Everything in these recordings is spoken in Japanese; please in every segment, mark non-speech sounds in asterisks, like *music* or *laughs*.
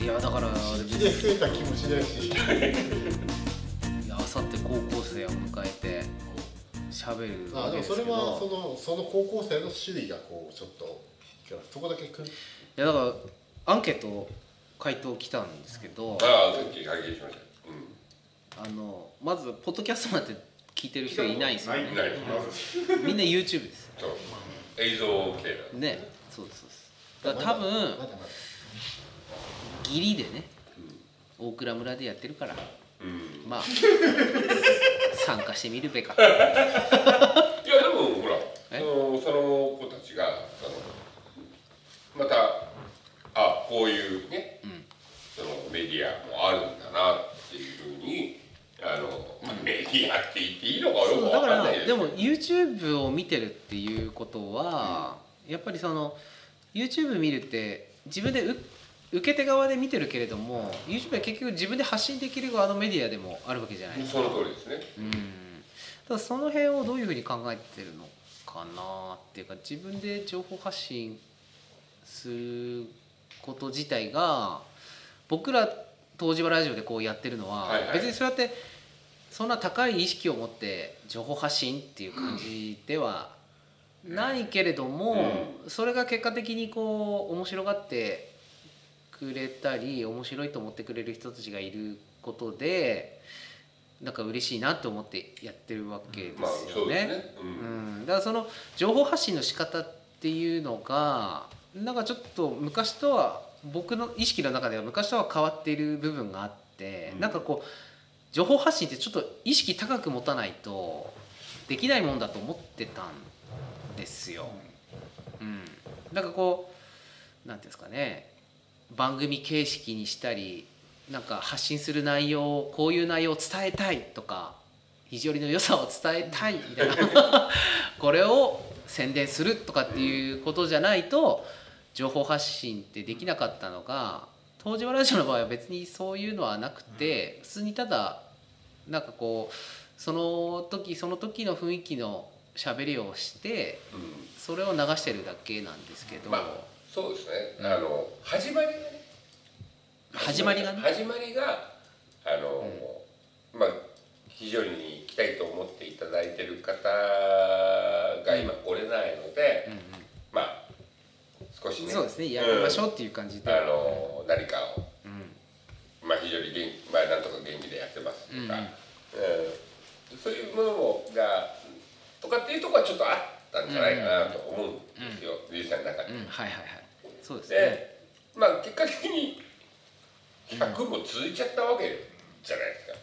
いやだから別ひにで増えた気もしないしいやあさって高校生を迎えて喋るあわでけでもすそれけどはそのその高校生の種類がこうちょっとそこだけくいやだからアンケート回答来たんですけどああさっき拝見しましたうあのまずポッドキャストなんて聞いてる人いないですよんねないみんな YouTube ですそう映像系だねそうですそうですだから多分まだまだ義理でね大蔵村でやってるからうん *laughs* まあ参加してみるべかいやでもほらえそのその子たちがそのまたあこういうね、んそのメディアもあるんだなっていうふうにあの、まあメディアって言っていいのかよくそうわだかからんないですでけども YouTube を見てるっていうことは、やっぱりその YouTube 見るって自分でう受け手側で見てるけれども YouTube は結局自分で発信できる側のメディアでもあるわけじゃないですか。その通りですねうん、ただその辺をどういうふうに考えてるのかなっていうか自分で情報発信すること自体が僕ら東芝ラジオでこうやってるのは、はいはい別にそうやってそんな高い意識を持って情報発信っていう感じではないけれども、それが結果的にこう面白がってくれたり面白いと思ってくれる人たちがいることでなんか嬉しいなと思ってやってるわけでまあすそようですね。ねう、うんん、だからその情報発信の仕方っていうのがなんかちょっと昔とは僕の意識の中では昔とは変わっている部分があって、うんなんかこう情報発信ってちょっと意識高く持たないとできないもんだと思ってたんですよ。うん、なんかこうなんていうんですかね番組形式にしたりなんか発信する内容こういう内容を伝えたいとか肘折の良さを伝えたいみたいなこれを宣伝するとかっていうことじゃないと情報発信ってできなかったのが東芝ラジオの場合は別にそういうのはなくて普通にただなんかこうその時その時の雰囲気の喋りをしてうんそれを流してるだけなんですけど、まあそうですね、あの始まりがね始まりがね始まりがあの、まあ非常に行きたいと思っていただいてる方が今来れないので、うんまあ少しうんねそうですねやりましょううっていう感じんで、あの何かをうんまあ非常に元気まあなんとか元気でやってますとか、うんそういうものもがとかっていうところはちょっとあったんじゃないかなと思うんですよ、実際の中で。うん、はいはいはいそうですねで、まあ結果的に100も続いちゃったわけじゃないですか。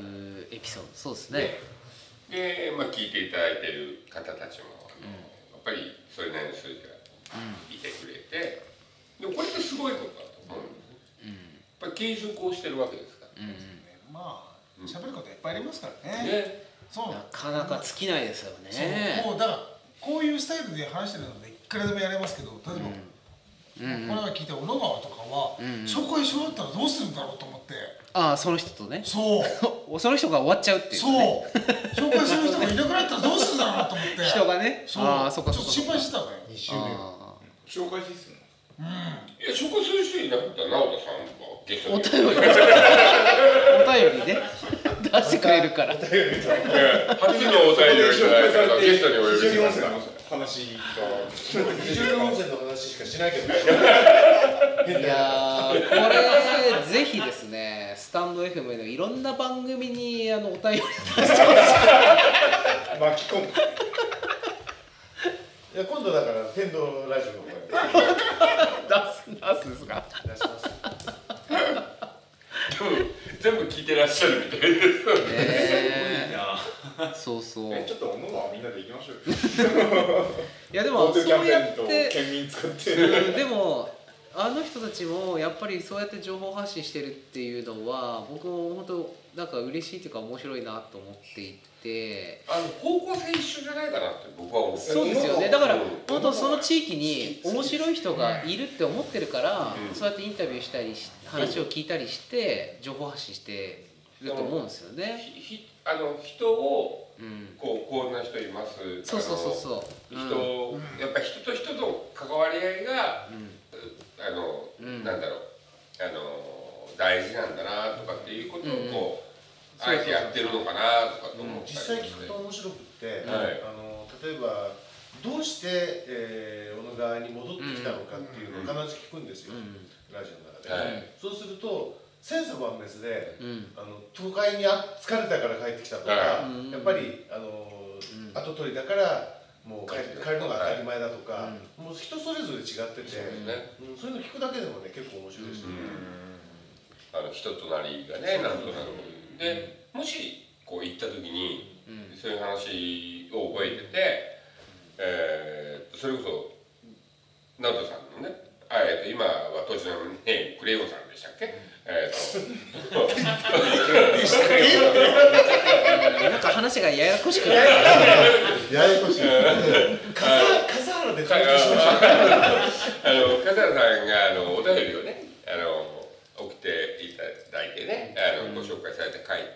100エピソードそうですねねで、まあ聞いていただいてる方たちも、やっぱりそれなりの数字がいてくれて、でもこれってすごいことだと思うんですね。やっぱり継続をしてるわけですから。うん、まあ喋ることいっぱいありますからねね、そうなかなか尽きないですよそうねもうだからこういうスタイルで話してるのでいくらでもやれますけどう例えば、んうんこの前聞いた小野川とかは、うんうんそこへ一緒だったらどうするんだろうと思ってああその人とね *laughs* そうおその人が終わっちゃうっていうそかねう紹介する人がいなくなったらどうするんだろうと思って *laughs* 人がねそうああそっかちそょっっかと心配してたのよ2周目ああ紹介しっすねいや紹介する人いなかったら直田さんがゲスト *laughs* おに。便りお便りね出してくれるから初のお便りをいただいたらゲストにお呼び非常しにますか温泉のら。話が二重温泉の話しかしないけどいやーこれぜひですねスタンド FM のいろんな番組にあのお便り巻き込むいや今度だから天童ラジオの方へ出す出すんですか出します多分全部聞いてらっしゃるみたいです。ねえそうそうえちょっとおのはみんなで行きましょうよいやでも GoTo そキャンうペやーンっとて県民使ってうんでもあの人たちもやっぱりそうやって情報発信してるっていうのは僕も本当なんか嬉しいというか面白いなと思っていてあの方向性一緒じゃないかなって僕は思うそうですよねだからうん本当その地域に面白い人がいるって思ってるから、うんそうやってインタビューしたりし話を聞いたりして情報発信してると思うんですよね。ひひあの人をうん、こうこんな人いますそうそうそうそう。あの人をやっぱ人と人との関わり合いがうんあの、うんなんだろうあの大事なんだなとかっていうことをうんうんこう、そうそうそうあえてやってるのかなとかと思ったり実際聞くと面白くって、はいあの例えばどうして、えー小野川に戻ってきたのかっていうのを必ず聞くんですよ、ラジオの中で、はいそうすると千差万別でうんうんあの都会にあ疲れたから帰ってきたとか、はいうやっぱりあの、後取りだからもう帰帰帰ってるのが当たり前だとか、はもう人それぞれ違ってて、そうですねうんそういうの聞くだけでもね結構面白いですよね、あの人となりがねなんとなくでもしこう行った時にうんそういう話を覚えてて、えーそれこそナオトさんのねあえっと今は当時のねクレヨンさんでしたっけ、えーとクレヨンさんなんか話がややこしくなるややこしい *laughs* 笠笠原で解決しましたあの笠原さんがあのお便りをねあの送っていただいてねあの、ご紹介された回が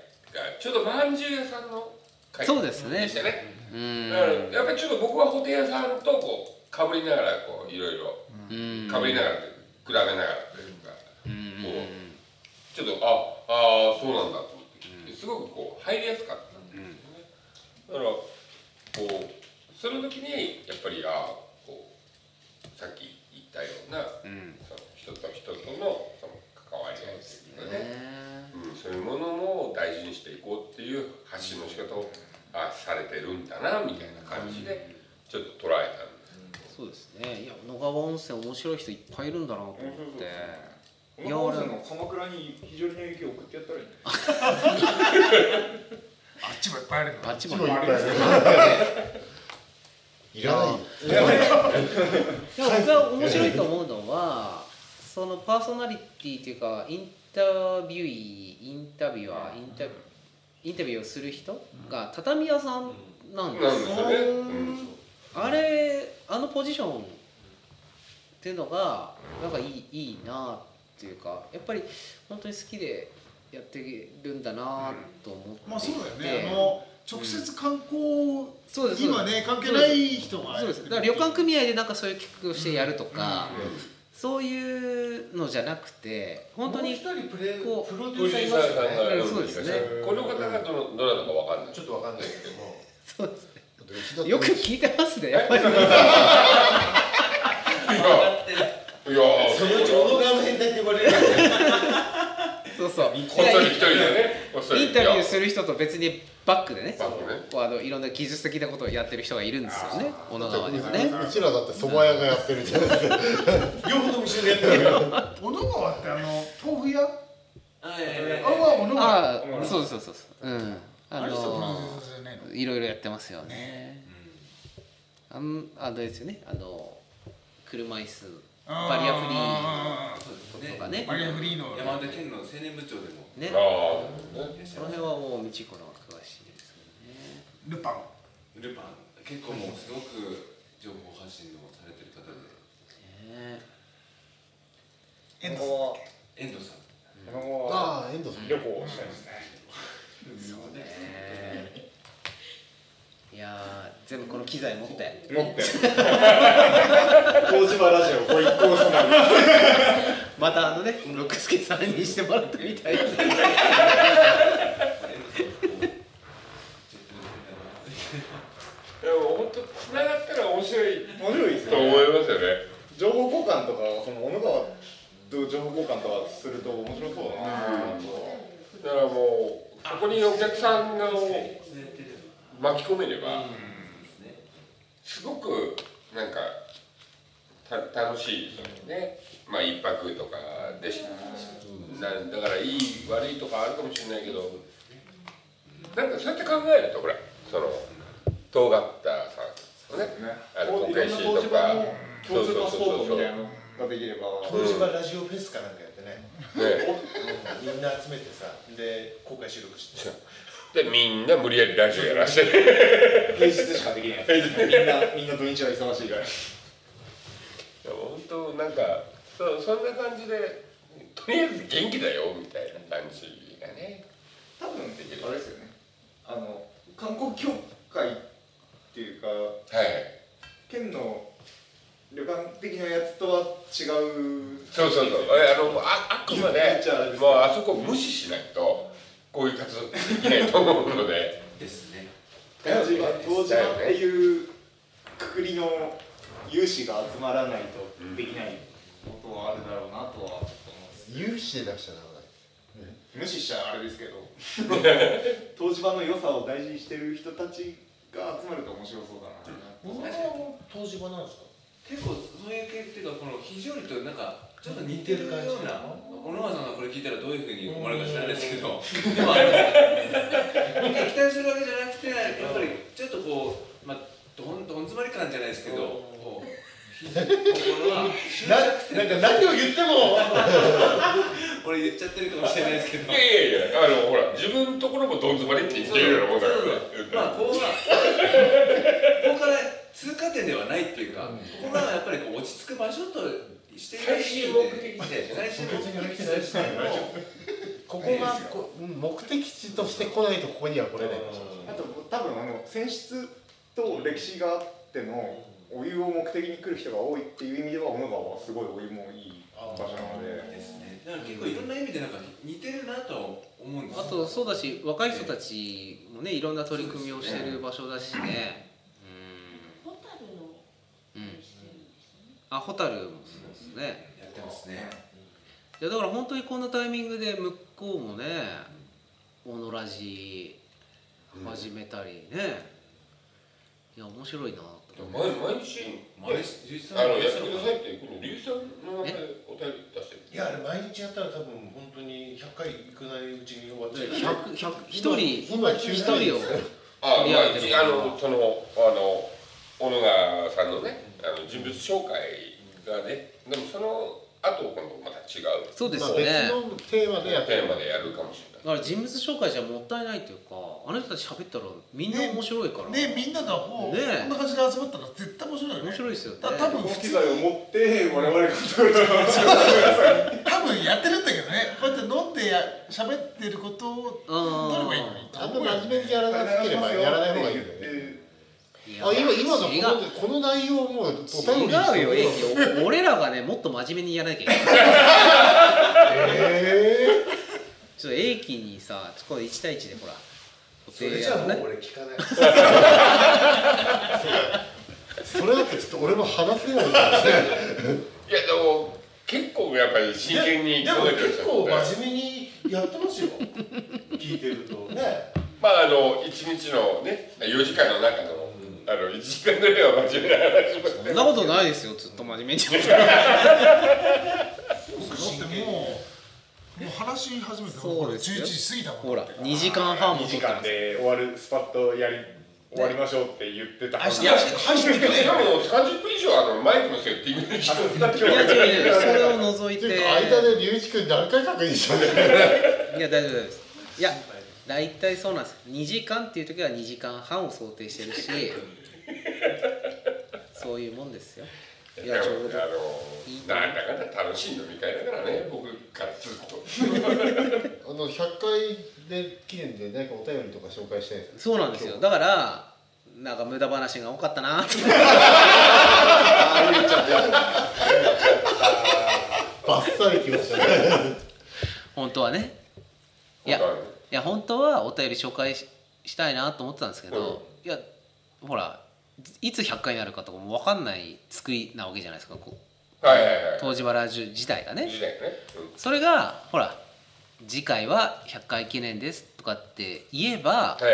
ちょうどまんじゅう屋さんの回そうですねでしたね、うんだからやっぱりちょっと僕は布袋屋さんとこうかぶりながらこういろいろうんかぶりながら比べながらというかうんうんうんちょっとああーそうなんだと思ってすごくこう入りやすかったんですよね、だからこうその時にやっぱりああこうさっき言ったようなうんその人と人とのその関わり合いっていうかねねうん、そういうものも大事にしていこうっていう発信の仕方をあされてるんだなみたいな感じでちょっと捉えたんですそうですねいや野川温泉面白い人いっぱいいるんだなと思って面いや白そうですね小野俺川さんの鎌倉に非常に影響を送ってやったらいいんだよあっちもいっぱいあるのバッチ一バ問チ一答 *laughs* いらないよでも僕が面白いと思うのはそのパーソナリティというかインタビュイインタビュアーインタビュインタビューをする人が畳屋さんなんですなよんですよね、うんあれあのポジションっていうのがなんかいいいいなっていうかやっぱり本当に好きでやってるんだなと思っていて、まあそうだよねあの直接観光そうです今ね関係ない人がそうですだから旅館組合でなんかそういう企画をしてやるとか、そういうのじゃなくて本当にもう一人プレイこうプロデュプローデサーいューサまーすさんよねがそうですねこの方がどのどなたかわかんないちょっとわかんないけどもそうですねどっちだったよく聞いてますねやっぱりいやーそのうち小野川の変態って呼ばれるそうそうこっそり一人でねこっそりインタビューする人と別にバックでねバックねこうあのいろんな技術的なことをやってる人がいるんですよね小野川にはねうちらだって蕎麦屋がやってるじゃないですか両方とも一緒にやってる小野川ってあの豆腐屋あえは小野川ああそうそうそうそううんああれ人プロデュのーサーじゃないのいろいろやってますよねあんあれですよねあの車椅子バリアフリあそうでーすねとかねバリアフリーの山手県の青年部長でもねああいらっしそゃのいまし辺はもう道子の方が詳しいですけルパンたルパン結構もうすごく情報発信をされてる方でどねねエンド遠藤さん小野川はああ遠藤さん旅行をしたいですねそうねいやー全部この機材持って持って東芝ラジオご一行様に *laughs* またあのね六輔さんにしてもらったみたいなで遠藤さんこうちょっと見てたなっても本当つながったら面白い面白いですと思いねますよね情報交換とかその小野川と情報交換とかすると面白そうだなだからもうそこにお客さんがをやってるの巻き込めればねすごくなんかた楽しいですよねまあ一泊とかでしたなだからいい悪いとかあるかもしれないけどなんかそうやって考えるとほらその遠がったさんとかねあのこういろんな東芝の共通パスポートみたいなのができれば東芝ラジオフェスかなんかやってねねみんな集めてさで公開収録してでみんな無理やりラジオやらせて平日しかできないみんなみんな土日は忙しいからでも本当なんかそそんな感じでとりあえず元気だよみたいな感じがね多分あれですよねあの観光協会っていうかはい県の旅館的なやつとは違うそうそうそうえあのもうああくまで言っちゃあれですけもどうあそこを無視しないとこういう活動できないと思うのでですね当時は当時はっていうくくりの有志が集まらないとできないことはあるだろうなとは思います有志で出したらない無視しちゃあれですけど湯治場の良さを大事にしてる人たちが集まると面白そうだな、僕はもう東芝なんですか結構そういう系っていうかこの非常にとなんかちょっと似てるような小野川さんがこれ聞いたらどういうふうに思われるか知らないですけどでもあのなんか期待するわけじゃなくてやっぱりちょっとこうまあどんどん詰まり感じゃないですけどこう非常にこれは執な着点なんか何を言って *laughs* も俺言っちゃってるかもしれないですけ *laughs* どいやいやいやあのほら自分のところもどん詰まりって言ってるようなもんだからねまあここがここから通過点ではないっていうか、ここがやっぱりこう落ち着く場所として最終目的地で最終目的地としてのここがこううん目的地として来ないとここには来れないあと多分あの泉質と歴史があってのお湯を目的に来る人が多いっていう意味では小野川はすごいお湯もいい場所なのでですねだから結構いろんな意味でなんか似てるなとは思うんですあとそうだし若い人たちもねいろんな取り組みをしてる場所だしねホタルのうん、うん、してるんですね。あホタルもそうですねやってますねいやだから本当にこんなタイミングで向こうもねオノラジ始めたりね、いや面白いなと思って毎毎日マレシ実あ際ののやってくださいってこのリュウさんの名前お便り出してるいやあれ毎日やったら多分本当に100回行くないうちに終わっちゃう100 100 1人今一9人をあ、取りま上あ、げてじるあの、その、あの、小野川さんのね、あの人物紹介がね、でも、その後、今度また違う。そうですまよあ、ね、別のテーマでやってテーるマでやるかもしれない。だから人物紹介じゃもったいないというかあの人たち喋ったらみんな面白いから、ねみんながこう、ねこんな感じで集まったら絶対面白いよね面白いですよねだ多分この普機通材を持って我々が作る多分やってるんだけどねこうやって飲んでや喋ってることをうんどればいいのにあんま真面目にやらなければやらない方がいいよねいやあ今今のこ違うのこの内容もうお便りにして違うよ英樹俺らがねもっと真面目にやらなきゃいけないえちょっと英樹にさこれ1対1でほらそれじゃもう俺聞かないー、それだってちょっと俺も話 *laughs* せないからねいや、でも、結構やっぱり真剣にでも考えてらっし結ゃ構るんで。真面目にやってますよ聞いてるとねまあ、あの、一日のね、四時間の中の、あの、一時間ぐらいは真面目な話もそんなことないですよずっと真面目にだってもうもう話し始めてそう11ですよ時過ぎたもんほら2時間半も2撮時ってます間で終わるスパッとやり終わりましょうって言ってたはずいや配信でき *laughs* ないでも、三十分以上、あの、マイクのセッティングにしてもらっていや違う違うそれを除いってていうか間で龍一君何回確認したんだよねいや大丈夫ですいや大体そうなんです2時間っていう時は2時間半を想定してるしそういうもんですよいやちょうどあの、なんだかんだ楽しい飲み会だからね、僕からすると。あの100回で記念で何かお便りとか紹介したいですねそうなんですよだからなんか無駄話が多かったなってバッサリ来ましたね *laughs* 本当はねいやい本当はねや本当はお便り紹介ししたいなと思ってたんですけど、いやほらいつ100回になるかとかも分かんない作りなわけじゃないですかこはいはいはい。東芝ラジオ自体がね時代ね。うんそれがほら次回は100回記念ですとかって言えば、はい。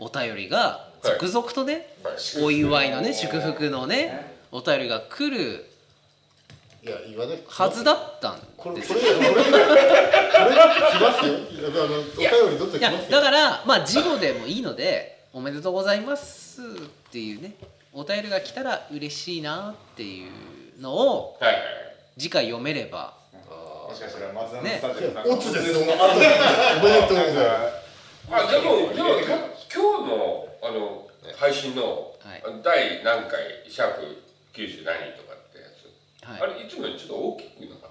お便りが続々とね、はいお祝いのね祝福のねお便りが来るいや言わないはずだったんこれですこよれこれこれこれ来ますよあのお便りどんどんい来やますだよからまあ事後でもいいので「おめでとうございます」っていうねお便りが来たら嬉しいなっていうのをはいはい。次回読めればもしかしたら松田のスタジオさんオツですよあのおめでとうございますあでもでも今日のあの配信の、はい第何回シャープ九十何とかってやつ、はいあれいつもよりちょっと大きくなかっ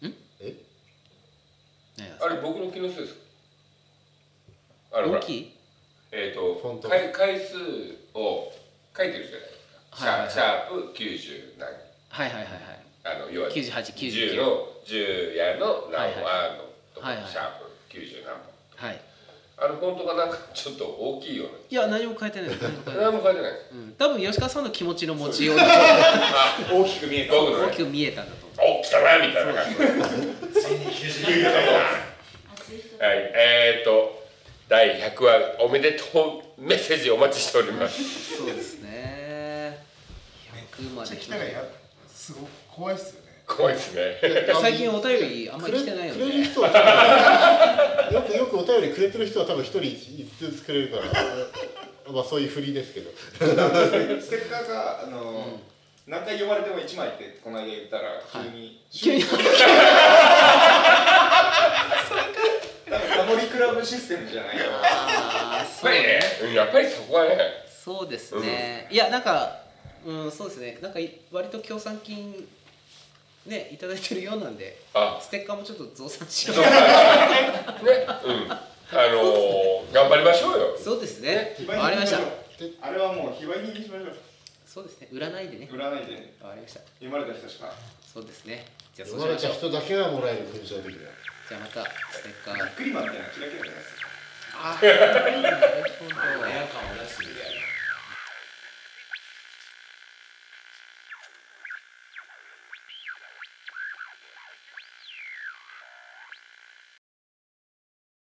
たですねか。あれ僕の気のせいですか。あれほ大らきいえっ、フォンとト回回数を書いてるじゃはいはいないですか。シャ,、はいシャープ九十何。はいはいはいはいあの要は98 99 10の10やの何本はあのとこはいはいシャープ90何本はいあのフォントがなんかちょっと大きいよいや何も変えてない何もう変えてなない何も書いてないですうん、多分吉川さんの気持ちの持ちように大きく見えた僕の大ねきく見えたんだと思お来たなみたいな感じはい熱い人えーと第100話おめでとうメッセージお待ちしておりますうそうですね100まで来たらやすごく怖いっすよね怖いですね最近お便りあんまり来てないよくれるね人は多分よくよくお便りくれてる人は多分一人一つずつくれるからまあそういうふりですけどステッカーがあの何回呼ばれても1枚ってこの間言ったら急に急に多分タモリクラブシステムじゃないかなあーやっそぱうりねうんやっぱりそこはねそうですね、いやなんかうんそうですねなんかい割と協賛金ねいただいてるようなんで *laughs* あステッカーもちょっと増産しよそううねうんあのー頑張りましょうよそうですねわかりましたあれはもう非売品にしましょそうですね売らないでねう売らないでわかりました読まれた人しかそうですねじゃあそ生うましれましたょう人だけがもらえる勲章的なじゃあまたステッカークリマみたいなキラキラじゃないですかあーなるほどエア感をね